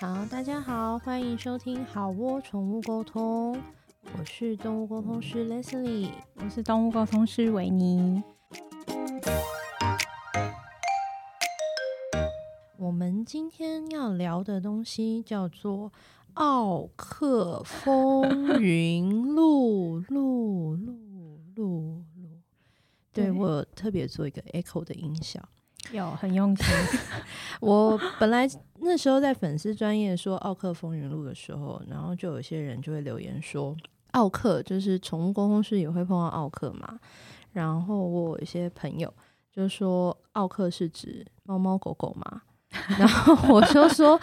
好，大家好，欢迎收听好窝宠物沟通，我是动物沟通师 Leslie。我是动物沟通师维尼。我们今天要聊的东西叫做《奥克风云录》录录录录。对对我特别做一个 echo 的音效。有很用心，我本来那时候在粉丝专业说《奥克风云录》的时候，然后就有些人就会留言说，奥克就是宠物沟通师也会碰到奥克嘛。然后我有一些朋友就说，奥克是指猫猫狗狗 嘛。然后我就说，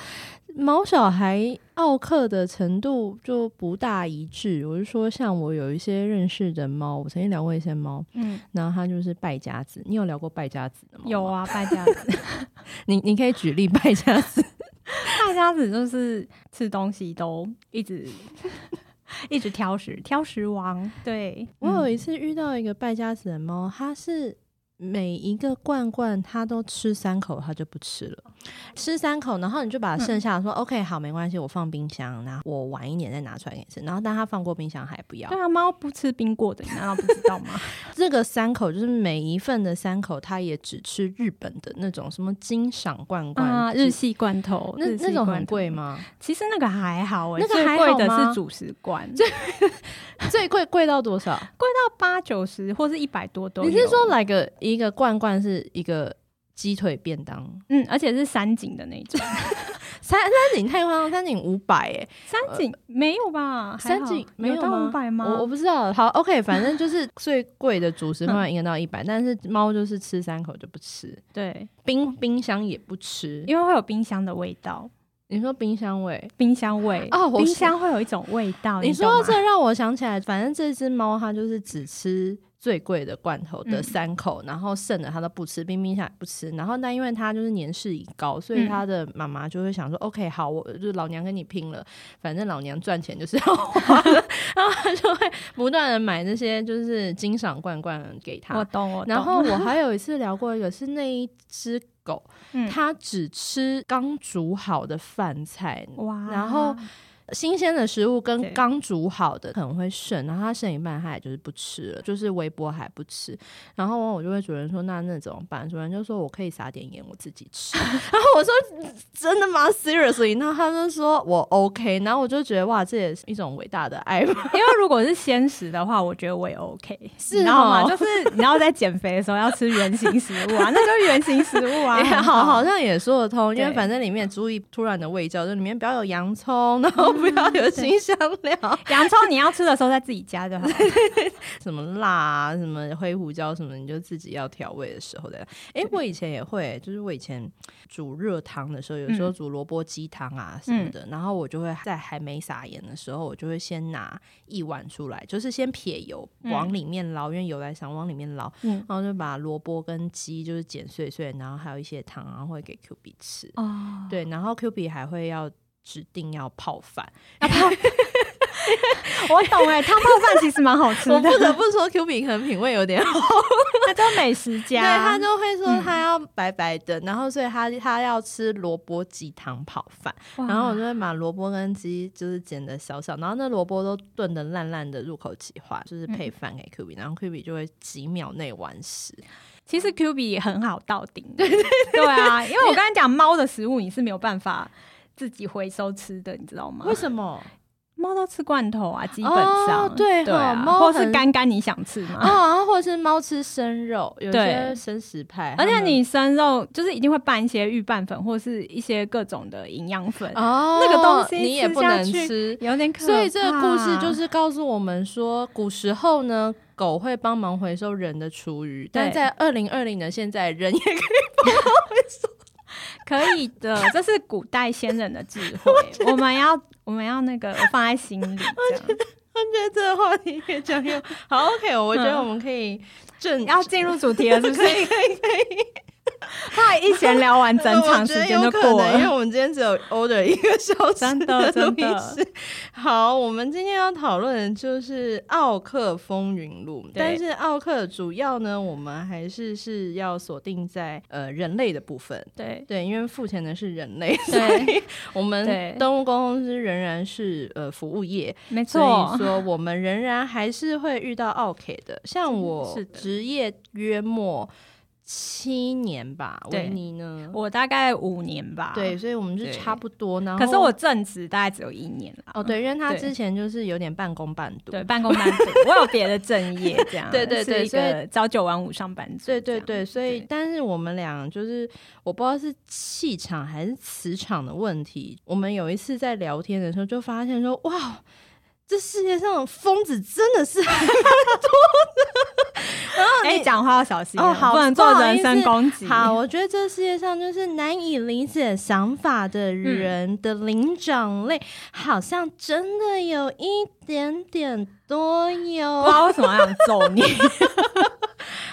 毛小孩奥克的程度就不大一致。我就说，像我有一些认识的猫，我曾经聊过一些猫， 嗯，然后它就是败家子。你有聊过败家子的吗？有，啊，败家子，你你可以举例败家子 败家子就是吃东西都一 直一直挑 食，挑食王。对，我有嗯一次遇到一个败家子的猫，它是每一个罐罐它都吃三口，它就不吃了，吃三口，然后你就把剩下的说、OK 好，没关系，我放冰箱，然后我晚一点再拿出来给你吃。然后但它放过冰箱还不要，对啊，猫不吃冰过的，你难道不知道 吗？这个三口就是每一份的三口，它也只吃日本的那种什么金赏罐罐啊，只日系罐头，那日系那种罐很头贵？吗？其实那个还好诶、那个最还贵好的吗是主食罐，最 最贵贵到多少？到八九十或是一百多都有。你是说来个一个罐罐是一个鸡腿便当？嗯，而且是三井的那一种，三三井太夸张，三井五百哎， 三井没有吧？还三井好没有有到吗五百吗？我我不知道，好，OK，反正就是 最贵的主嗯食饭应该到一百、但是猫就是吃三口就不吃，对，冰冰箱也不吃。因为会有冰箱的味道。你说冰箱味，冰箱味哦我冰是箱会有一种味道。你哦你说到懂吗啊这让我想起来，反正这只猫它就是只吃最贵的罐头的嗯三口，然后剩的它都不吃，冰冰箱也不吃。然后但因为它就是年事已高，所以嗯它的妈妈就会想说、o k 好，我就老娘跟你拼了，反正老娘赚钱就是要花的。 然后它就会不断的买那些就是金赏罐罐给它。我懂，我懂。然后我 还有一次聊过一个，是那一只狗，嗯它只吃刚煮好的饭菜，哇，然后新鲜的食物哦对跟刚煮好的可能会剩，然后它剩一半它也就是不吃了，就是微波还不吃。然后我就会主人说那那怎么办？主人就说我可以撒点盐我自己吃。 然后我说真的吗？Seriously？然后他就说我 OK。然后我就觉得哇，这也是一种伟大的爱吧。 因为如果是鲜食的话，我觉得我也 OK，是你知道吗？哦 就是你要在减肥的时候要吃原形食物 啊，那就是原形食物啊，也很哎好，好像也说得通，因为对反正里面注意突然的味觉，就里面不要有洋葱，然后不要有嗯新香料， 洋葱你要吃的时候在自己家就好。什么辣啊，什么黑胡椒什么，你就自己要调味的时候的。哎、我以前也会，就是我以前煮热汤的时候，有嗯时候煮萝卜鸡汤啊什么的，然后我就会在还没撒盐的时候，我就会先拿一碗出来，就是先撇油嗯往里面捞，因为油来想往里面捞，嗯，然后就把萝卜跟鸡就是剪碎碎，然后还有一些汤，然后会给 Q B 吃。哦，对，然后 Q B 还会要指定要泡饭。我懂哎，汤泡饭其实蛮好吃我的不， 得不说 Q B 可能品味有点好，那叫美食对家。他就会说嗯他要白白的，然后所以他他要吃萝卜鸡汤泡饭，哇然后我就会把萝卜跟鸡就是剪的小小，然后那萝卜都炖的烂烂的，入口即化，就是配嗯饭给 Q B，、然后 Q B 就会几秒内完食。其实 Q B 也很好到顶，对对对啊，因为我刚才讲猫的食物你是没有办法自己回收吃的，你知道吗？为什 么？猫都吃罐头啊，基本上、哦对对吼啊猫或很是干干你想吃啊，吗？然后或者是猫吃生肉，有些对生食派， 而且他们你生肉就是一定会拌一些预拌粉或是一些各种的营养粉，哦那个东西你也吃不下能去吃，有点可怕。所以这个故事就是告诉我们说，古时候呢，狗会帮忙回收人的厨余，但在二零二零的现在，人也可以可以的， 这是古代先人的智慧，我们要我们要那个我放在心里这样。觉得这个话题越讲越好。OK，我觉得我们可以正要进入主题了，是不是？可以可以可以。他一闲聊完，整场时间 就我觉得有过可能因为了。我们今天只有 order 一个小时，真的真的。好，我们今天要讨论的就是《奥克风云录》，对但是奥克主要呢，我们还是是要锁定在呃人类的部分。对对，因为付钱的是人类，所对，以我们对动物公司仍然是呃服务业，没所以错，说 我们仍然还是会遇到 OK 的。像我是的职业约莫七年吧，对维尼呢？我大概五年吧。对，，所以我们是对差不多。然后可是我正职大概只有一年啦。哦，对，因为他对之前就是有点半工半读，对，半工半读，我有别的正业这样。 对对对是一个朝九晚五上班族这对样。对对，所以对但是我们俩就是我不知道是气场还是磁场的问题，我们有一次在聊天的时候就发现说，哇。这世界上疯子真的是哎，讲话要小心哦好不能不做好人意思身攻击。好，哦我觉得这世界上就是难以理解想法的人的灵长类，好像真的有一点点多 不哟知。道为什么想揍你。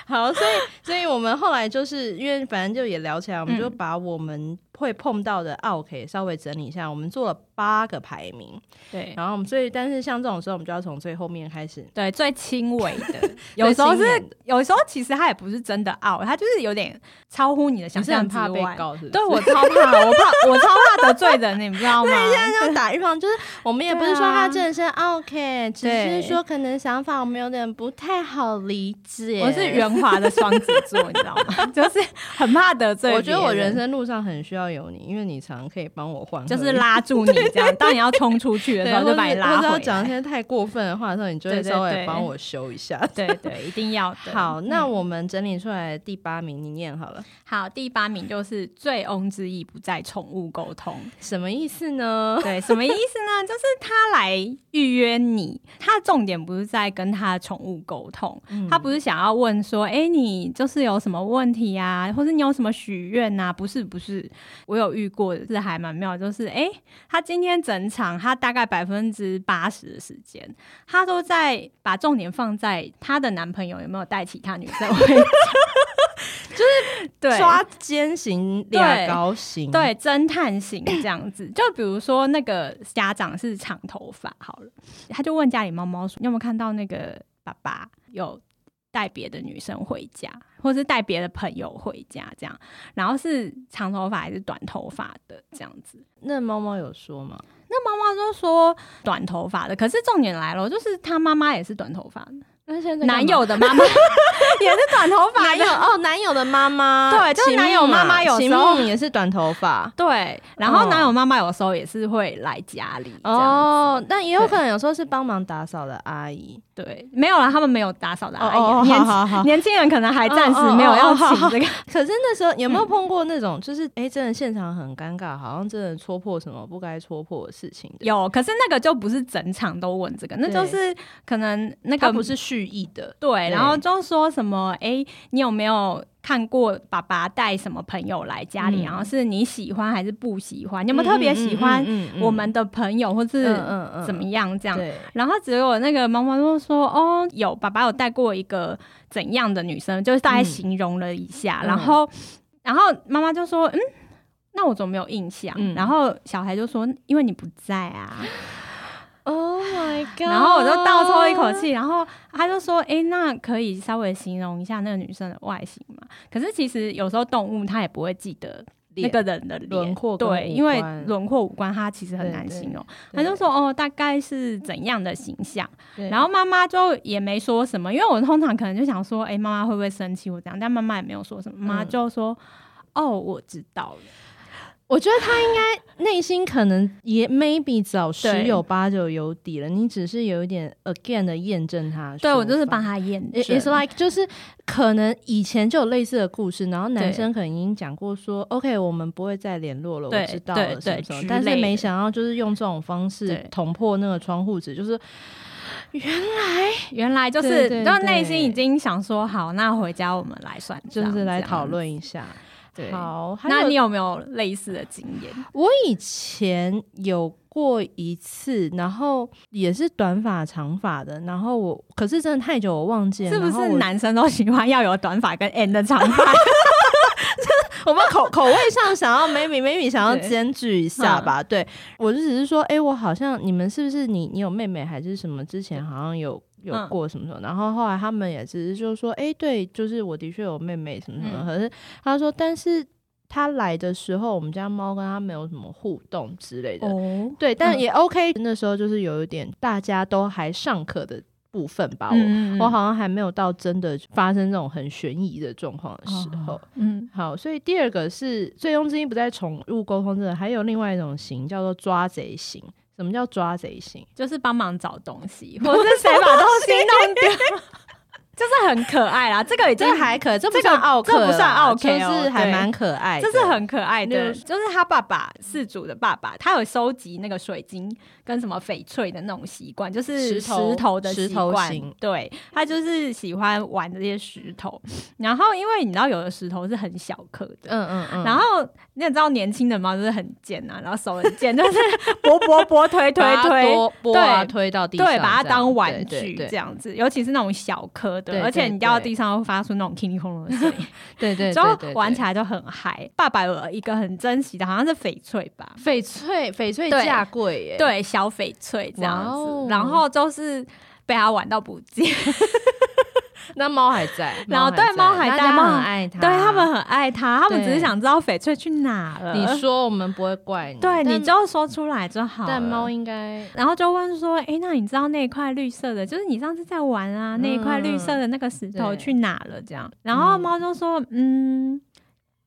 好，所以所以我们后来就是因为反正就也聊起来，我们就把我们会碰到的 OK 稍微整理一下，我们做了八个排名，对然后我们所以但是像这种时候，我们就要从最后面开始。对，最轻微的，有时候最是轻微的，有时候其实他也不是真的傲，他就是有点超乎你的想你是象很之怕被外。告是不是？对我超怕，我怕，我超怕得罪人，你不知道 吗？这 样打预防，就是我们也不是说他真的是 OK，只是啊对说可能想法我们有点不太好理解。我是圆滑的双子座，你知道吗？ 就是很怕得罪。我觉得我人。生路上很需要有你，因为你常可以帮我换，就是拉住你这样，当你要冲出去的对，时候，就把你或拉回者来。要讲一些太过分的话的时候，你就会对对稍微对帮我修一下。对 对，嗯一定要 的。好，那我们整理出来的第八名，你念好了，好，第八名就是醉翁之意不在宠物沟通。什么意思呢？对，什么意思呢？就是他来预约你，他的重点不是在跟他的宠物沟通，他不是想要问说，哎、你就是有什么问题啊，或是你有什么许愿啊？不是，不是，我有遇过，是还蛮妙的，就是哎、诶他今天整场，他大概百分之八十的时间，他都在把重点放在她的男朋友有没有带其他女生回家， 就是对 抓奸型俩高型，对，侦探型这样子。就比如说那个家长是长头发好了，他就问家里猫猫说：“你有没有看到那个爸爸有带别的女生回家，或是带别的朋友回家这样？然后是长头发还是短头发的这样子？”那猫猫有说吗？那妈妈就说短头发的，可是重点来了，就是他妈妈也是短头发的，那现在男友的妈 妈也是短头发男的友。哦，男友的妈妈，对就是秦牧男友妈妈有嘛秦时候牧也是短头发。对，然后哦男友妈妈有时候也是会来家里这样子 哦，那也有对可能有时候是帮忙打扫的阿姨，对，没有了，他们没有打扫的阿姨，哦哦年好好好嗯年轻人可能还暂时没有要请这个。可是那时候有没有碰过那种，就是哎、诶真的现场很尴尬，好像真的戳破什么不该戳破的事情的？有，可是那个就不是整场都问这个，那对就是可能那他个不是蓄意的，对，然后就说什么，哎、你有没有看过爸爸带什么朋友来家里？嗯然后是你喜欢还是不喜欢？你有没有特别喜欢嗯我们的朋友，或是嗯怎么样这样？对，然后只有那个毛毛就说：“哦，有爸爸有带过一个怎样的女生，就是大概形容了一下。嗯然后，然后妈妈就说：“嗯，那我怎么没有印象？”嗯然后小孩就说：“嗯因为你不 在啊。 Oh my god！然后我就倒抽一 口，气，然后他就说：“诶，那可以稍微形容一下那个女生的外形嘛？”可是其实有时候动物它也不会记得那个人的脸轮廓跟对，五因为官轮廓五官它其实很对难对形容。对他就说：“哦，大概是怎样的形象？”对然后妈妈就也没说什么，因为我通常可能就想说，哎、妈妈会不会生气我这样？但妈妈也没有说什么，妈妈嗯就说。哦，我知道了。我觉得他应该内心可能也 maybe 早十对有八九有底了，你只是有一点 again 的验证他的说法。对，我就是帮他验证。 It- It's like 就是可能以前就有类似的故事，然后男对生可能已经讲过说，OK，我们不会再联络了，我对知道了对什么对什么之，但是类没的想到就是用这种方式对捅破那个窗户纸，就是 原来就对是，对然后内对心已经想说，好，那回家我们来算就账是来这样讨论一下。对好，还那有你有没有类似的经验？我以前有过一次，然后也是短发长发的，然后我可是真的太久我忘记了，是不然后是我男生都喜欢要有短发跟 N 的长发？ 我们口口味上想要 maybe maybe 想要对兼具一下吧。对我就只是说，哎、我好像你们是不是你你有妹妹还是什么？之前好像有。有嗯过什么什么，然后后来他们也只是就说，哎、对，就是我的确有妹妹什么什么，嗯可是他说，但是他来的时候，我们家猫跟他没有什么互动之类的， 哦，对，但嗯也 OK、那时候就是有一点大家都还尚可的部分吧，我嗯我，好像还没有到真的发生这种很悬疑的状况的时候。嗯好，所以第二个是醉翁之意不在宠物沟通症，还有另外一种型叫做抓贼型。什么叫抓贼型？嗯，就是帮忙找东西， 或是谁把东西弄掉， 就是很可爱啦。这个已经这还可，这不这个算奥克啦，这不算奥克哦就是还对蛮可爱的， 这是很可爱六的，就是他爸爸事主的爸爸，他有收集那个水晶跟什么翡翠的那种习惯，就是石头石头的习惯石头型。对他就是喜欢玩这些石头，然后因为你知道有的石头是很小颗的。嗯嗯嗯，然后你也知道，年轻的猫就是很贱啊，然后手很 贱，就是拨拨拨、推 推把它推，拨拨啊对推到地上这对，样，把它当玩对具对这样子，尤其是那种小颗对的，而且对你掉到对地上会发出那种叮叮轰隆的声音。对 对，之后玩起来。来就很嗨。爸爸有一个很珍惜的，好像是翡翠吧。翡翠，翡翠对架柜耶，，对，小翡翠这样哇哦子，然后就是被他玩到不见， 那猫还在，然后猫对猫还大在家猫很很爱它，对他们很爱他，他们对只是想知道翡翠去哪了。你说我们不会怪你，对，你但就说出来就好了。但猫应该然后就问说：“诶，那你知道那一块绿色的，就是你上次在玩啊，那一块绿色的那个石头嗯对嗯去哪了？”这样，然后猫就说：“嗯，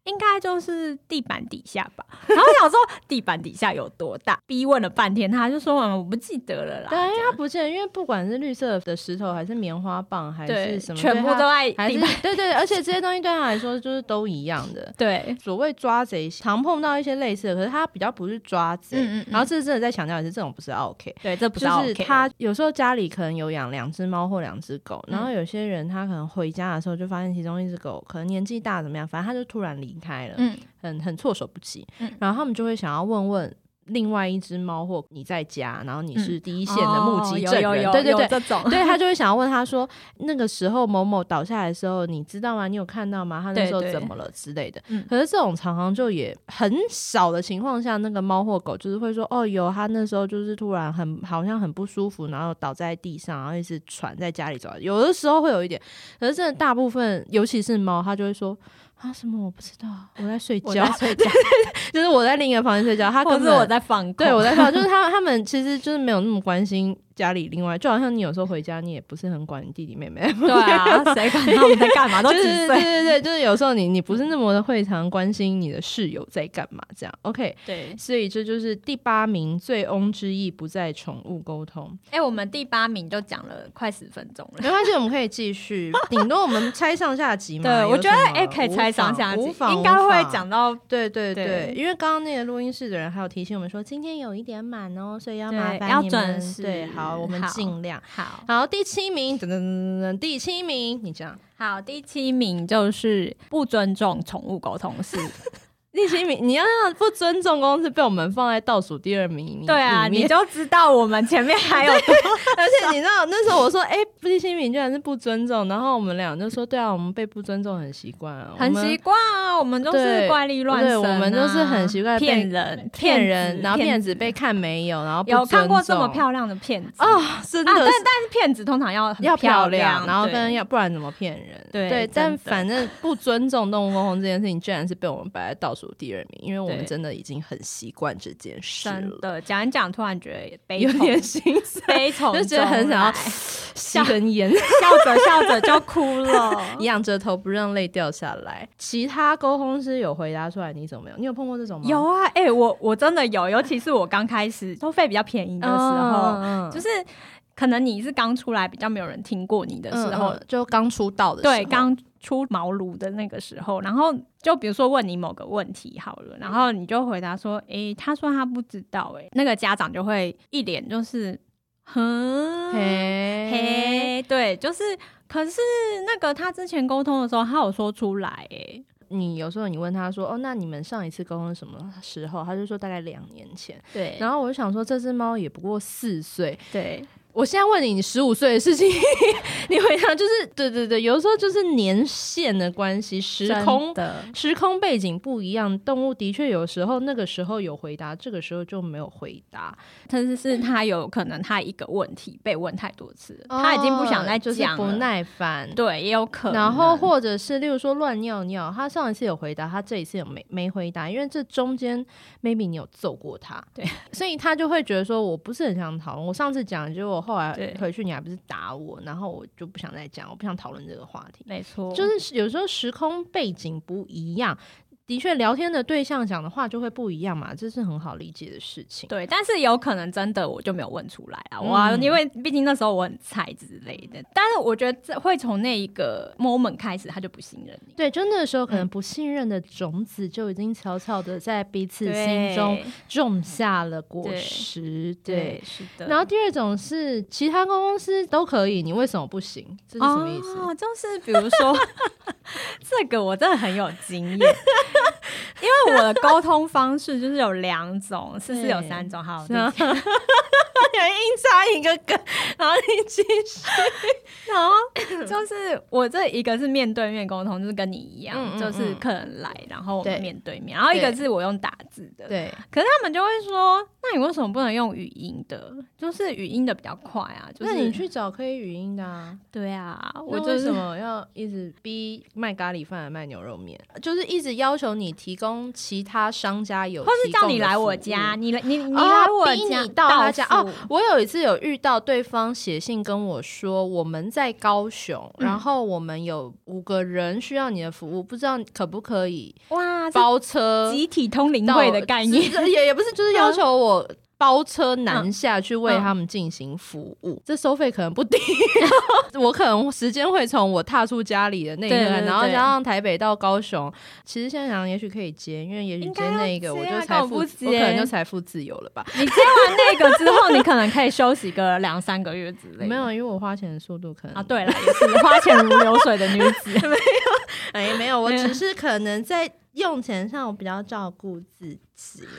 应该就是地板底下吧。” 然后我想说地板底下有多大，逼问了半天，他就说：“嗯，我不记得了对，啦。因为它不见得，因为不管是绿色的石头，还是棉花棒，还”对，是什么，全部对它都在还地是板。 对对，而且这些东西对他来说就是都一样的。对，所谓抓贼，常碰到一些类似的，可是他比较不是抓贼。嗯嗯嗯然后这是真的在强调也是，这种不是 OK。对，这不是就是 OK 的他有时候家里可能有养两只猫或两只狗，然嗯后有些人他可能回家的时候就发现其中一只狗可能年纪大怎么样，反正他就突然离开了，嗯很很措手不及。嗯然后他们就会想要问问另外一只猫或你在家，然后你是第一一线的目击证人，嗯哦有对对有对，这 种。对他就会想要问他说，那个时候某某倒下来的时候，你知道吗？你有看到吗？他那时候对对怎么了之类的。嗯可是这种常常就也很少的情况下，那个猫或狗就是会说，哦，有他那时候就是突然很好像很不舒服，然后倒在地上，然后一直喘，在家里走来。有的时候会有一点，可是真的大部分，尤其是猫，它就会说。啊，什么我不知道， 我在睡我觉在，睡 觉， 就是我在另一个房间睡觉，它或根是本我在放空。对，我在说，就是他他们其实就是没有那么关心家里。另外，就好像你有时候回家，你也不是很管弟弟妹 妹。 对啊，谁管他们在干 嘛？都就几是对岁？对对，就是有时候你你不是那么的会常关心你的室友在干嘛这样。OK，对，所以这就是第八名醉翁之意不在宠物沟通。哎、我们第八名就讲了快十分钟了。没关系，我们可以继续，顶多我们拆上下集嘛。对，有我觉得什么哎、可以无猜想妨想，无妨应该无会妨讲到对对对，对因为刚刚那个录音室的人还有提醒我们说，今天有一点满哦，所以要麻对烦要你们准时对，好，我们好尽量。好好，第七名，噔噔噔噔噔，第七名，你讲。好第七名就是不尊重宠物沟通师。第七名，你要让不尊重公司被我们放在倒数第二名，对啊，里面你就知道我们前面还 有而且你知道那时候我说，哎、第七名居然是不尊重，然后我们俩就说，对啊，我们被不尊重很习惯啊，很习惯啊，我们就是对怪力乱神、对啊，我们就是很习惯被骗人、骗人，子然后骗骗子被看没有，然后不有看过这尊重么漂亮的骗子哦，真的啊，但是但是骗子通常要很要漂漂亮，然后对跟要不然怎么骗人？对真但的反 正不尊重动物沟通这件事情，居然是被我们摆在倒数第二名，因为我们对真的已经很习惯这件事真了，的讲一讲，突然觉得也悲有痛点心酸，悲从就觉得很 想要中吸根烟，。来笑着笑着就哭了 仰着头不让泪掉下来。其他沟通师有回答出来，你怎么有？你有碰过这种吗？有啊，哎、我我真的有，尤其是我刚开始收费比较便宜的时候，嗯嗯嗯就是可能你是刚出来，比较没有人听过你的时候，嗯嗯就刚出道的时候，对，刚出茅庐的那个时候，然后就比如说问你某个问题好嗯了，然后你就回答说，诶、他说他不知道、诶，那个家长就会一脸就是，哼，嘿嘿，对，就是，可是那个他之前沟通的时候，他有说出来、欸，你有时候你问他说：“哦，那你们上一次沟通是什么时候？”他就说大概两年前。对然后我就想说，这只猫也不过四岁，对，我现在问你，你十五岁的事情， 你回答就是对对对，有的时候就是年限的关系，时空的时空背景不一样，动物的确有时候那个时候有回答，这个时候就没有回答。但是是他有可能他一个问题被问太多次了，他已经不想再哦就是讲不了耐烦。对，也有可能。然后或者是例如说乱尿尿，他上一次有回答，他这一次也没没回答，因为这中间 maybe 你有揍过他，对，所以他就会觉得说我不是很想讨论。我上次讲，结果后来对回去你还不是打我，然后我就不想再讲，我不想讨论这个话题。没错，就是有时候时空背景不一样，的确聊天的对象讲的话就会不一样嘛，这是很好理解的事情。对，但是有可能真的我就没有问出来啊，哇、嗯因为毕竟那时候我很菜之类的。但是我觉得这会从那一个 moment 开始，他就不信任你，对，就那个时候可能嗯不信任的种子就已经悄悄的在彼此心中种下了果对实，对对。是的。然后第二种是其他公司都可以，你为什么不行？这是什么意思？哦，就是比如说， 这个我真的很有经验， 因为我的沟通方式就是有两种，是是有对三种，好，是啊吗对 硬插一个梗，然后你继续。然啊后就是我这一个是面对面沟通，就是跟你一样，嗯嗯就是嗯客人来，然后我对们面对面，然后一个对是我用打字的，对，可是他们就会说，那你为什么不能用语音的？就是语音的比较快啊，就是那你去找可以语音的啊。对啊，我我为就什是么要一直逼卖咖喱饭、卖牛肉面，就是一直要求你提供其他商家有，或是叫你来我家，。你来你你你来我哦逼家，你到他家哦付。我有一次有遇到对方写信跟我说，我们在高雄，嗯然后我们有五个人需要你的服务，不知道可不可以哇，这包车集体通灵到会的概念，是也也不是，就是要嗯求我包车南下去为嗯他们进行服务，这收费可能不低。 我可能时间会从我踏出家里的那一刻对对开始，对然后加上台北到高雄，其实现在想也许可以接，因为也许应接该要那一个我接就啊财干富，嘛我不可接能就财富自由了吧。 你接完那个之后，你可能可以休息个两三个月之类的。没有，因为我花钱的速度可能啊，对了，也是花钱如流水的女子，哎，没有，我没有只是可能在用钱上我比较照顾自己。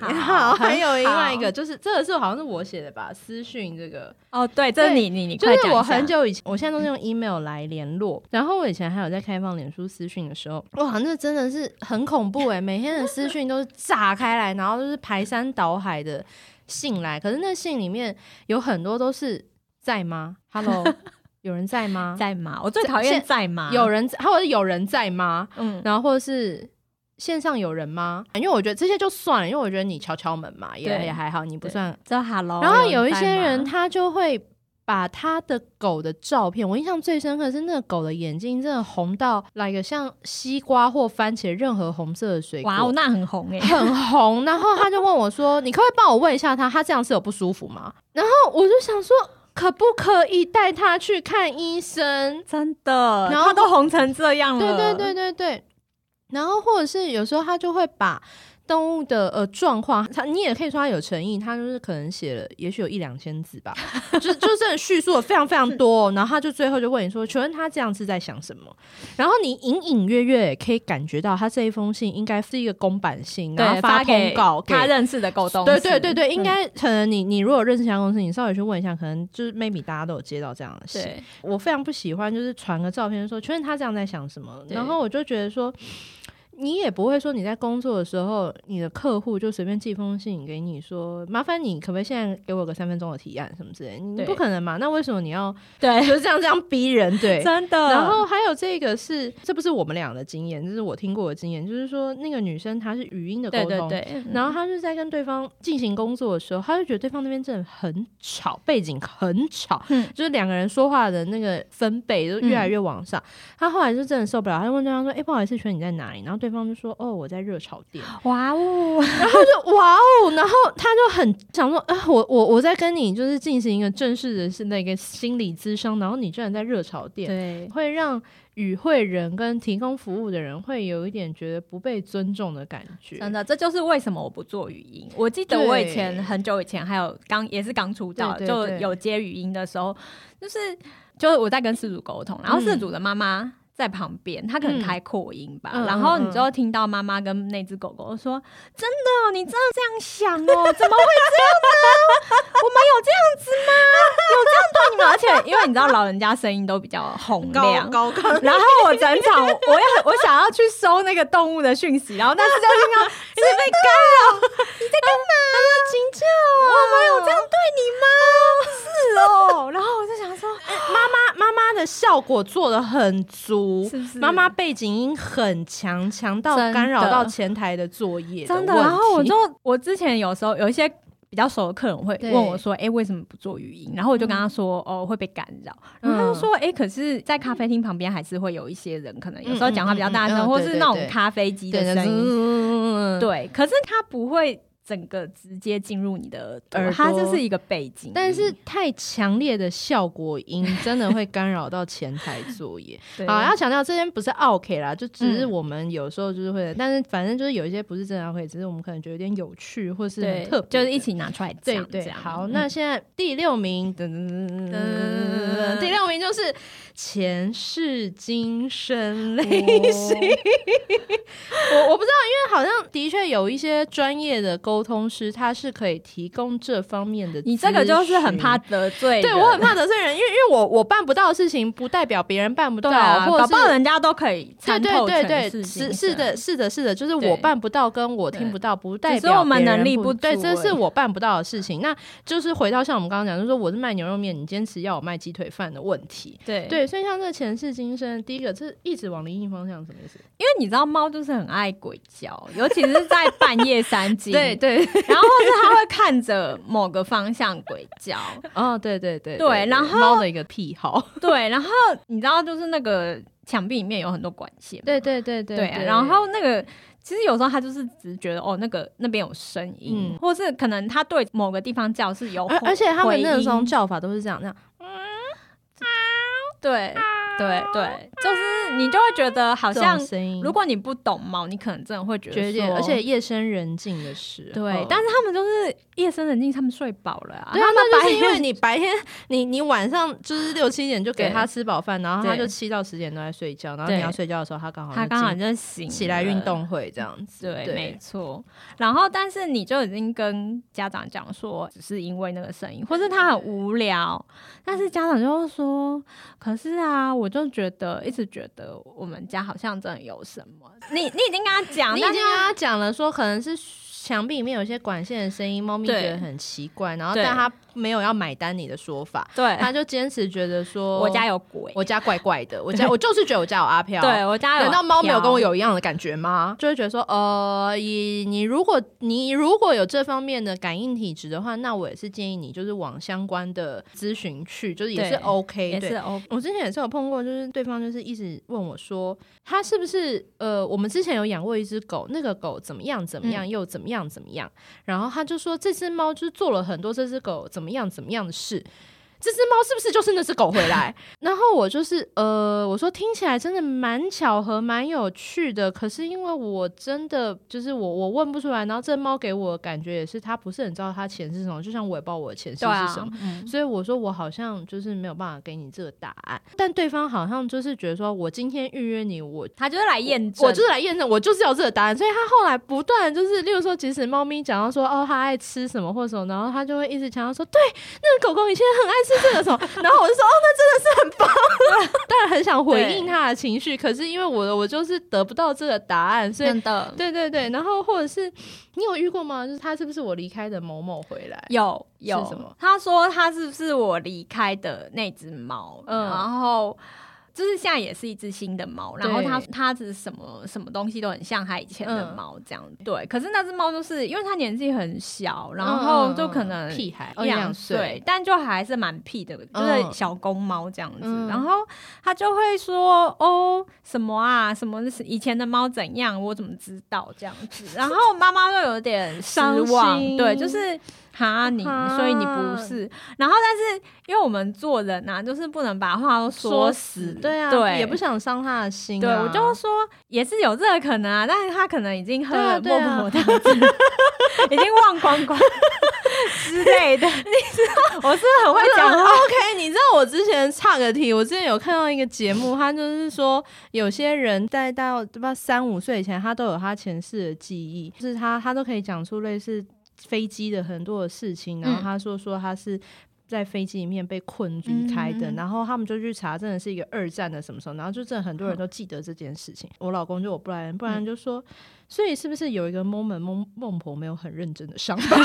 好 还很有另外一好个就是这个是好像是我写的吧，私讯这个。哦，对，这是对你你你就快是讲我一下很久以前，我现在都是用 email 来联络。然后我以前还有在开放脸书私讯的时候，嗯哇，那真的是很恐怖诶、每天的私讯都是炸开来，然后都是排山倒海的信来。可是那信里面有很多都是在吗？Hello，有 人在吗？在吗？我最讨厌现在吗？有人在，或者是有人在吗？嗯，然后或者是线上有人吗？因为我觉得这些就算了，因为我觉得你敲敲门嘛，也对也还好，你不对算这 hello，然后有哦有一些人在吗他就会把他的狗的照片，我印象最深刻是那个狗的眼睛真的红到 like 像西瓜或番茄任何红色的水果。哇哦，那很 红哎、很红，然后他就问我说：“你可不可以帮我问一下他，他这样是有不舒服吗？”然后我就想说，可不可以带他去看医生？真的，然后他都红成这样了，对对对对对。然后或者是有时候他就会把动物的呃状况，他你也可以说他有诚意，他就是可能写了也许有一两千字吧，就就真的叙述了非常非 常多哦、然后他就最后就问你说，请问他这样是在想什么？然后你隐隐约约也可以感觉到他这一封信应该是一个公版信，然后对，发通给稿给他认识的狗东西，对对对对，嗯应该可能你你如果有认识其他公司，你稍微去问一下，可能就是 maybe 大家都有接到这样的信。对，我非常不喜欢，就是传个照片说，确认他这样在想什么，对然后我就觉得说。你也不会说你在工作的时候，你的客户就随便寄封信给你说，麻烦你可不可以现在给我个三分钟的提案什么之类的，你对不可能嘛？那为什么你要 对，就是这样这样逼人？对，真的。然后还有这个是，这不是我们俩的经验，这是我听过的经验，就是说那个女生她是语音的沟对通，对嗯对，然后他就在跟对方进行工作的时候，他就觉得对方那边真的很吵，背景很吵，嗯就是两个人说话的那个分贝就越来越往上。他后来就真的受不了，他就问对方说：“哎、不好意思，请问你在哪里？”然后对方就说：“哦，我在热炒店。”哇哦，然后就哇哦，然后他就很想说：“啊、我我我在跟你就是进行一个正式的是那个心理咨商，然后你居然在热炒店。”对，会让与会人跟提供服务的人会有一点觉得不被尊重的感觉，真的，这就是为什么我不做语音。我记得对我以前很久以前，还有刚也是刚出道，对对就对有接语音的时候，就是就是我在跟事主沟通，然后嗯事主的妈妈在旁边，他可能开扩音吧，嗯嗯然后嗯你嗯就听到妈妈跟那只狗狗说：“真的哦，你真的这样想哦？ 怎么会这样呢？我们有这样子吗？有这样对你们？而且因为你知道老人家声音都比较洪亮高。”高高， 然后我整场，我也很我想要去搜那个动物的讯息，然后但是就听 到是被干扰，你在干嘛？惊叫啊！我们有这样对你吗？ 是哦，然后我就想说，妈妈妈的效果做的很足，是不是妈妈背景音很强，强到真的干扰到前台的作业真的。问题然后我就我之前有时候有一些比较熟的客人会对问我说：“哎、为什么不做语音？”然后我嗯就跟他说：“哦，会被干扰。”然后他就说：“哎、可是，在咖啡厅旁边还是会有一些人，可能有时候讲话比较大嗯声，嗯嗯嗯或是那对对种对咖啡机的对声音，嗯，对。可是他不会整个直接进入你的耳耳朵，朵它就是一个背景音。但是太强烈的效果音真的会干扰到前台作业。 对好，要强调这边不是 OK 啦，就只是嗯我们有时候就是会，但是反正就是有一些不是真的 OK，只是我们可能觉得有点有趣或是很对特，别，就是一。起拿出来对讲。对，这样好，嗯那现在第六名，噔噔噔噔噔噔第六名就是前世今生类型。 我我不知道，因为好像的确有一些专业的沟通师，他是可以提供这方面的。你这个就是很怕。得罪人，对我很怕得罪人，因为因为我我办不到的事情，不代表别人办不到，对啊，或者搞是不好人家都可以对参透对对全对，世是界是的，是的，是的，就是对我办不到，跟我听不到，不代只表是我们别人能力不不足对，这是而已我办不到的事情。那就是回到像我们刚刚讲，就是说我是卖牛肉面，你坚持要我卖鸡腿饭的问题。对对，所以像这前世今生，第一个这一直往灵异方向，什么意思？因为你知道猫就是很爱鬼叫，尤其是在半夜三 更，对，对，然后或是它会看着某个方向鬼 叫， 哦，对对对对然后猫的一个癖好，对，然后你知道就是那个墙壁里面有很多管线嘛，对对对 对对啊然后那个。其实有时候它就是只觉得哦，那个那边有声音，嗯或是可能它对某个地方叫是有回，而而且他们那回音种叫法都是这样，那样对对对，就是你就会觉得好这像种，声音，如果你不懂猫，你可能真的会觉得觉得，说而且夜深人静的时候，对，但是他们就是夜深人静，他们睡饱了啊，对啊，他们那就白是因为天 你白天，你你晚上就是六七点就给对他吃饱饭，然后他对就七到十点都在睡觉，然后你对要睡觉的时候，他刚好他就刚好进就醒起来运了。动会这样子，对，没对错。然后，但是你就已经跟家长讲说，只是因为那个声音，或是他很无聊。但是家长就会说：“可是啊，我就觉得一直觉得我们家好像真的有什么。你”你已经跟他讲，你已但经是跟他讲了说，可能是墙壁里面有一些管线的声音，猫咪觉对得很奇怪，然后对但他没有要买单你的说法，对，他就坚持觉得说我家有鬼，我家怪怪的，我家我就是觉得我家有阿飘，对我家有，难道猫没有跟我？有一样的感觉吗？就会觉得说，呃，以你如果你如果有这方面的感应体质的话，那我也是建议你就是往相关的咨询去，就是也是对 OK 也对是哦 O 我之前也是有碰过，就是对方就是一直问我说，他是不是呃，我们之前有养过一只狗，那个狗怎么样怎么嗯样，又怎么样怎么样，然后他就说这只猫就是做了很多这只狗怎么样怎么样的事。这只猫是不是就是那只狗回来？ 然后我就是呃，我说听起来真的蛮巧合，蛮有趣的。可是因为我真的就是我我问不出来，然后这猫给我的感觉也是它不是很知道它前世是什么，就像我也不知道我的前世对啊是什么。，嗯所以我说我好像就是没有办法给你这个答案，但对方好像就是觉得说我今天预约你，我他就是来验证，我就是来验证，我就是要这个答案。所以他后来不断地就是，例如说，即使猫咪讲到说哦，它爱吃什么或什么，然后他就会一直强调说，对，那个狗狗以前很爱吃这个什么，然后我就说哦，那真的是很棒，当然很想回应他的情绪，可是因为我的我就是得不到这个答案，所以。真的对对对，然后或者是你有遇过吗？就是他是不是我离开的某某回来？有有什么他说他是不是我离开的那只猫？嗯然后。就是现在也是一只新的猫，然后对它它只是什么什么东西都很像它以前的嗯猫这样、对，可是那只猫就是因为它年纪很小，然嗯后嗯就可嗯能屁孩一一两哦两岁岁，，但就还是蛮屁的，就是嗯小公猫这样子。嗯然后他就会说：“哦，什么啊，什么以前的猫怎样，我怎么知道这样子？”然后妈妈就有点失伤望，心对，就是哈你，哈所以你不是。然后但是因为我们做人啊，就是不能把话都说死，对啊，对，也不。想伤他的心、对，啊。我就说也是有这个可能啊，但是他可能已经喝对啊了 对孟啊婆汤汁，已经忘光光， 之类的。 你知道，我是很会讲 话 OK，你知道我之前岔个题，我之前有看到一个节目，他就是说有些人在到不知道三五岁以前，他都有他前世的记忆，就是他他都可以讲出类似飞机的很多的事情，嗯然后他说说他是。在飞机里面被困离开的，嗯嗯嗯然后他们就去查，真的是一个二战的什么时候，然后就真的很多嗯人都记得这件事情。我老公就我不然不然就说，所以是不是有一个 moment 孟孟婆没有很认真的上班？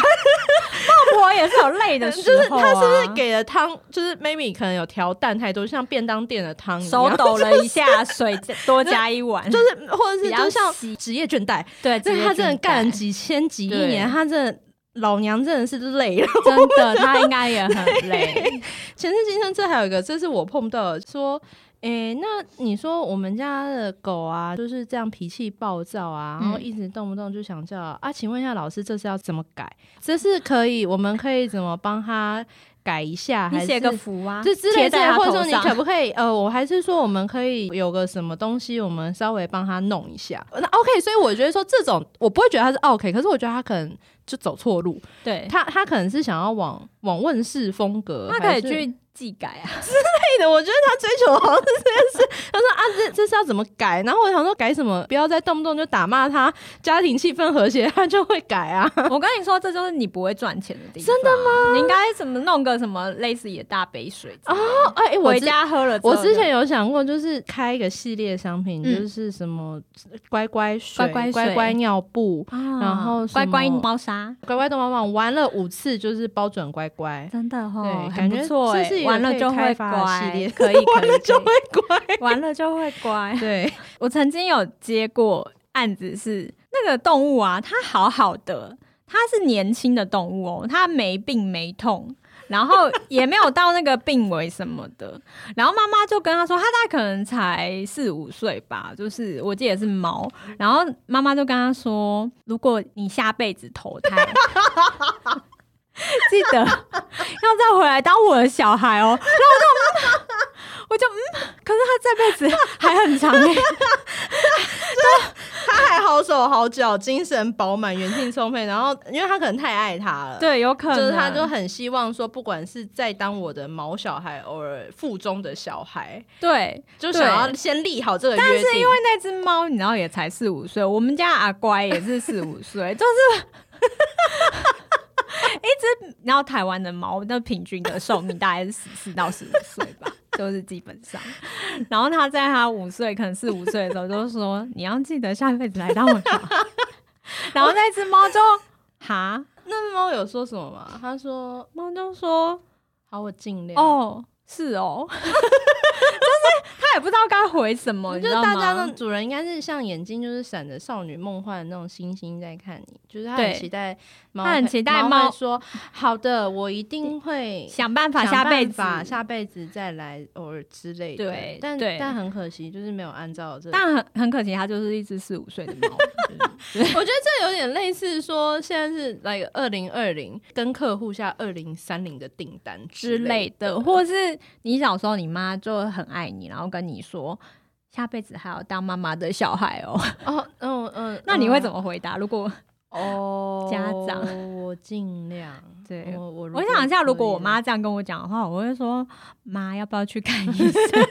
我也是有累的就时是候、啊，他是不是给了汤，就是 maybe 可能有调蛋太多，就像便当店的汤一手样，抖了一下，水多加一 碗，就是或者比是较就像稀职业倦怠，对，就是他直接真的倦干了怠几千几亿对年，他真的。老娘真的是累了，真的，他应该也很累。 前世今生这还有一个，这是我碰到的，说，诶、那你说我们家的狗啊，就是这样脾气暴躁啊，然后嗯一直动不动就想叫啊，请问一下老师，这是要怎么改？这是可以，我们可以怎么帮他改一下？还 你是写个符啊，就之贴类在的，他或者头说你可上。不可以？呃，我还是说我们可以有个什么东西，我们稍微帮他弄一下。那 OK，所以我觉得说这种我不会觉得他是 OK，可是我觉得他可能就走错路，对，他他可能是想要往往问世风格，他可以还是去技改啊， 对的。我觉得他追求好像是这件事，他说啊，这这是要怎么改？然后我想说改什么？不要再动不动就打骂他，家庭气氛和谐，他就会改啊。我跟你说，这就是你不会赚钱的地方。真的吗？你应该怎么弄个什么类似野大杯水啊？哦哎、我回知家喝了之后我就，之前有想过，就是开一个系列商品，嗯就是什么乖乖水、乖乖乖水乖尿布、啊然后什乖乖么猫砂，乖乖逗妈妈，玩了五次就是包准乖 乖。真的哈、对感很不觉错这哎、是一个完了可以就会开发的乖， 系列可以，可以完了就可会乖。以完了就会乖。对， 我曾经有接过案子是那个动物啊，它好好的，它是年轻的动物哦，它没病没痛。然后也没有到那个病危什么的，然后妈妈就跟他说，他大概可能才四五岁吧，就是我记得是猫。然后妈妈就跟他说，如果你下辈子投胎， 记得要再回来当我的小孩哦。然后 我就，我就嗯，可是他这辈子还很长欸他还好手好脚，精神饱满，元气充沛。然后，因为他可能太爱他了，，对，有可就能是他就很希望说，不管是再当我的毛小孩，偶尔腹中的小孩，对，就对想要先立好这个约定。但是因为那只猫，你知道也才四五岁，我们家阿乖也是四五岁，就是 一只，然后台湾的猫那平均的寿命大概是十四到十五岁吧，就是基本上。然后他在他五岁，可能四五岁的时候，就说你要记得下辈子来当我小孩。 然后那只猫就哈，那猫有说什么吗？他说猫就说好，我尽量。哦，是哦， 就是他也不知道该回什么，我你觉知得道大吗？家的主人应该是像眼睛就是闪着少女梦幻的那种星星在看你，就是他很对期待猫会，他很期待猫猫会说好的，我一定会想办法想下辈办子，法下辈子再来偶尔之类的。对但对但很可惜，就是没有按照这。但很很可惜，它就是一只四五岁的猫。我觉得这有点类似说，现在是来二零二零跟客户下二零三零的订单 之类类的，或是你小时候你妈就很爱你，然后跟你说下辈子还要当妈妈的小孩哦， 哦，嗯嗯，那你会怎么？么回答？如果哦，家长我尽量。 对我我如我果想一下，可如果我以妈这样跟我讲的话，我会说妈要不要去看医生？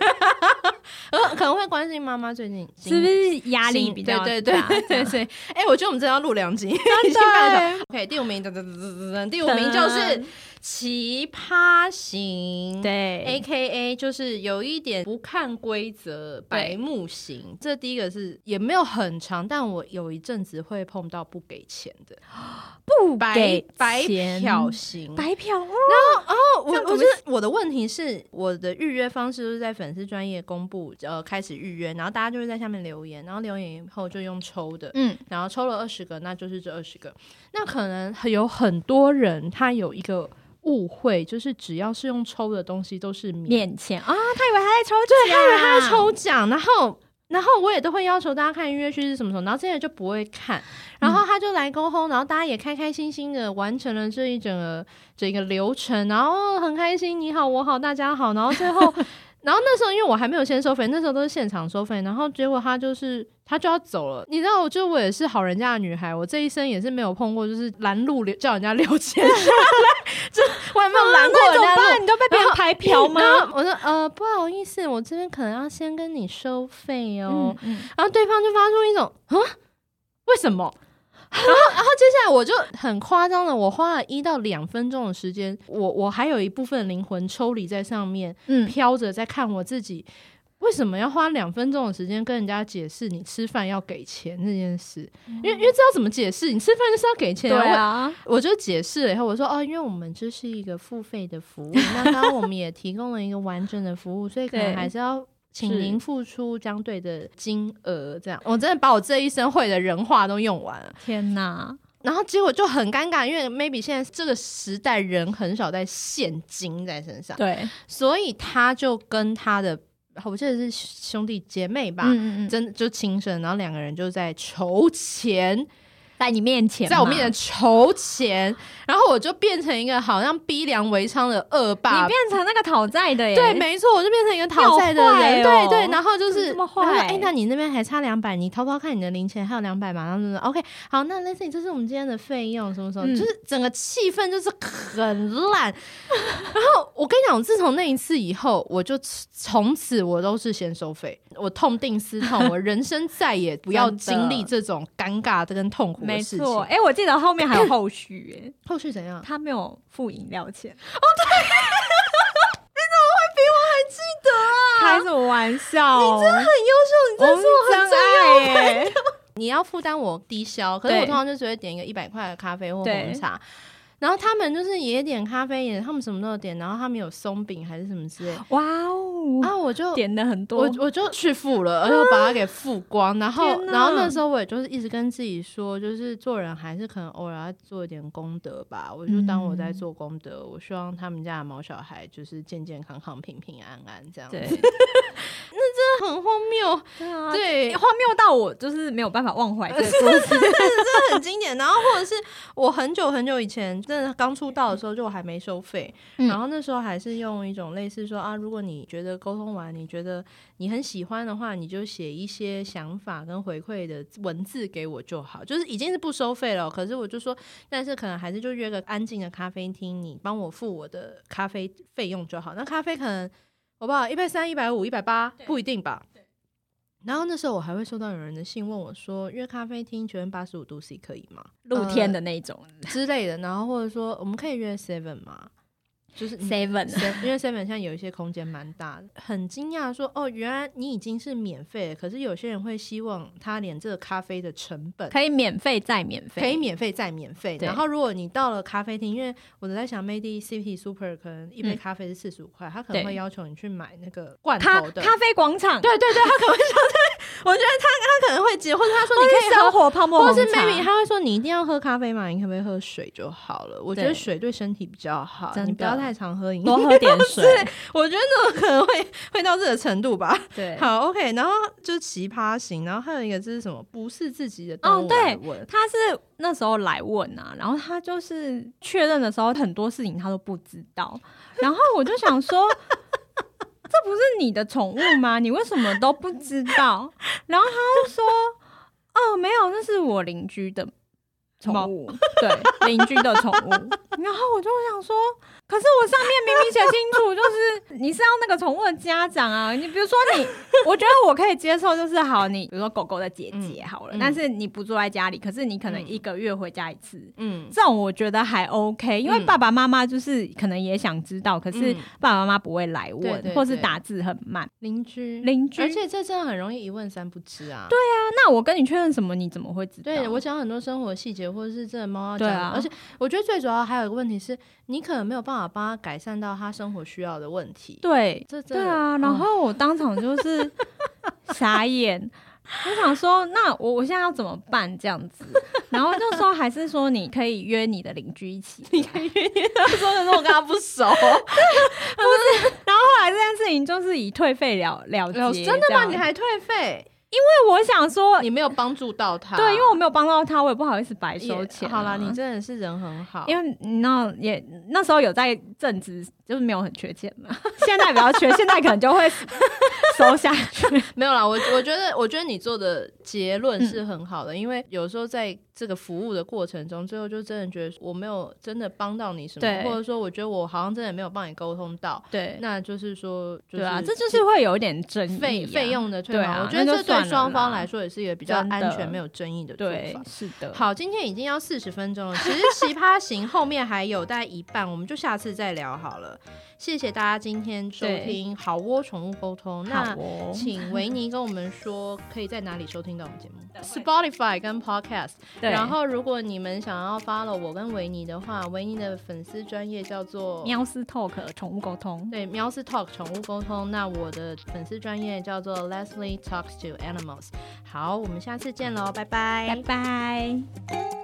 呃，可能会关心妈妈最近是不是压力心比较大？对 对对对对。哎、我觉得我们真的要录两集， 已经半个小时 OK，第五名，噔噔噔噔噔噔，第五名就是奇葩型。对，A K A 就是有一点不看规则、白目型。这第一个是也没有很长，但我有一阵子会碰到不给钱的不白给白钱嫖型。白嫖哦，我这样我怎么是我的问题是，我的预约方式就是在粉丝专业公布，呃，开始预约，然后大家就会在下面留言，然后留言以后就用抽的，嗯，然后抽了二十个，那就是这二十个。那可能有很多人他有一个误会，就是只要是用抽的东西都是免，免钱啊，他以为他在抽对，他以为他抽奖，然后。然后我也都会要求大家看预约区是什么时候，然后这些人就不会看，然嗯后他就来沟通，然后大家也开开心心的完成了 这一整个整个流程，然后很开心，你好我好大家好，然后最后然后那时候因为我还没有先收费，那时候都是现场收费，然后结果他就是他就要走了，你知道，我就我也是好人家的女孩，我这一生也是没有碰过就是拦路留叫人家六千下来，就我还没有拦过啊人那怎么家路办？。你就被别人排票吗？然后我说呃不好意思，我这边可能要先跟你收费哦。嗯嗯然后对方就发出一种啊，为什 么？然后，然后接下来我就很夸张的，我花了一到两分钟的时间，我我还有一部分灵魂抽离在上面，嗯，飘着在看我自己，为什么要花两分钟的时间跟人家解释你吃饭要给钱这件事？因为因为这要怎么解释？你吃饭就是要给钱、哦对我啊，我就解释了以后，我说哦，因为我们这是一个付费的服务，那刚刚我们也提供了一个完整的服务，所以可能对还是要。请是您付出相对的金额，这样我真的把我这一生会的人话都用完了，天哪！然后结果就很尴尬，因为 maybe 现在这个时代人很少带现金在身上，对，所以他就跟他的我记得是兄弟姐妹吧，嗯嗯嗯，真的就亲生，然后两个人就在筹钱，在你面前嘛，在我面前筹钱，然后我就变成一个好像逼良为娼的恶你霸。变成那个讨债的耶，对，没错，我就变成一个讨债的你好坏人，哦对对，然后就是，怎么这么坏然后说哎、那你那边还差两百，你掏掏看你的零钱还有两百嘛，然后就说 OK，好，那 l i s t e n 这是我们今天的费用，什么什么，嗯就是整个气氛就是很烂。然后我跟你讲，我自从那一次以后，我就从此我都是先收费，我痛定思痛，我人生再也不要真的经历这种尴尬跟痛苦的没事错。情。哎、我记得后面还有后续、哎，后续怎样？ 他没有付饮料钱。哦，对，你怎啊么会比我还记得啊？开什么玩笑？你真的很啊优秀，我们真爱、哎你要负担我低消，可是我对通常就只会点一个一百块的咖啡或红对茶。然后他们就是也点咖啡，也他们什么都有点，然后他们有松饼还是什么之类，哇哦，啊，我就点的很我多，啊我就去付了，而且我把它给付光。然后天哪然后那时候我也就是一直跟自己说，就是做人还是可能偶尔要做一点功德吧。我就当我在做功德，我希望他们家的毛小孩就是健健康康、平平安安这样子。对真的 很荒谬， 对啊，对哎荒谬到我就是没有办法 忘怀这 个故事。很经典。然后或者是我很久很久以前，真的刚出道的时候，就我还没收费，嗯然后那时候还是用一种类似说啊，如果你觉得沟通完，你觉得你很喜欢的话，你就写一些想法跟回馈的文字给我就好，就是已经是不收费了。可是我就说，但是可能还是就约个安静的咖啡厅，你帮我付我的咖啡费用就好。那咖啡可能好不好？一百三、一百五、一百八，不一定吧。然后那时候我还会收到有人的信问我说，约咖啡厅九点八十五度 C 可以吗？露天的那种之类的，然后或者说我们可以约 Seven 吗？就是你 seven， Seven，因为 Seven 现在有一些空间蛮大的，很惊讶说哦，原来你已经是免费了，可是有些人会希望他连这个咖啡的成本。可以免费再免费，可以免费再免费，对然后如果你到了咖啡厅，因为我在想，Maybe City Super 可能一杯嗯咖啡是四十五块，他可能对会要求你去买那个罐咖头的，咖啡广场，对对对，他可能会说，对，我觉得他他可能会接，或者他说你可以喝生活泡沫或红是茶， maybe 他会说你一定要喝咖啡嘛，你可不可以喝水就好了？我觉得对水对身体比较好，真的你不要太常喝饮料多。喝点水， 我觉得那种可能会会到这个程度吧。对。好，OK，然后就奇葩型，然后还有一个就是什么不是自己的哦动物对来问，他是那时候来问啊，然后他就是确认的时候，很多事情他都不知道，然后我就想说， 这不是你的宠物吗？你为什么都不知道？然后他就说，哦，没有，那是我邻居的宠物， 对，邻居的宠物。然后我就想说。可是我上面明明写清楚，就是你是要那个宠物的家长啊。你比如说你，我觉得我可以接受，就是好，你比如说狗狗的姐姐好了，嗯嗯但是你不住在家里，可是你可能嗯一个月回家一次，嗯，这种我觉得还 OK，因为嗯爸爸妈妈就是可能也想知道，可是嗯爸爸妈妈不会来问，对对或是对打字很慢。邻居邻居而且这真的很容易一问三不知啊。对那那我跟你确认什么？你怎么会知道？对我讲很多生活细节，或者是这猫要对讲，啊而且我觉得最主要还有一个问题是，你可能没有办法帮他改善到他生活需要的问题。对这真对的嗯啊，然后我当场就是傻眼，我想说，那我我现在要怎么办？这样子， 然后就说还是说你可以约你的邻居一起，你可以说的是我跟他不熟，然后后来这件事情就是以退费了了结，哦真的这吗？样你还退费？因为我想说，哦你没有帮助到他。对，因为我没有帮到他，我也不好意思白也收钱啊、好啦，你真的是人很好，因为你那也那时候有在正职，就是没有很缺钱 嘛，现在比较缺，现在可能就会收下去。没有啦，我我觉得，我觉得你做的结论嗯是很好的，因为有时候在这个服务的过程中，最后就真的觉得我没有真的帮到你什么，对或者说我觉得我好像真的没有帮你沟通到，对，那就是说，就是、对啊，这就是会有一点争议、啊费费。用的退对还、啊我觉得那就这算对了双方啦来说也是一个比较真的安全、没有争议的做对法，。是的。，好，今天已经要四十分钟了，其实奇葩行后面还有大概一半，我们就下次再聊好了。谢谢大家今天收对听好窝宠物沟通，那好。哦，请维尼跟我们说，可以在哪里收听到我们节目 对？Spotify 跟 Podcast。对，然后，如果你们想要 follow 我跟维尼的话，维尼的粉丝专业叫做喵斯 talk 宠物沟通，对，喵是 Talk 宠物沟通。那我的粉丝专业叫做 Leslie Talks to Animals。好，我们下次见喽，拜拜拜拜。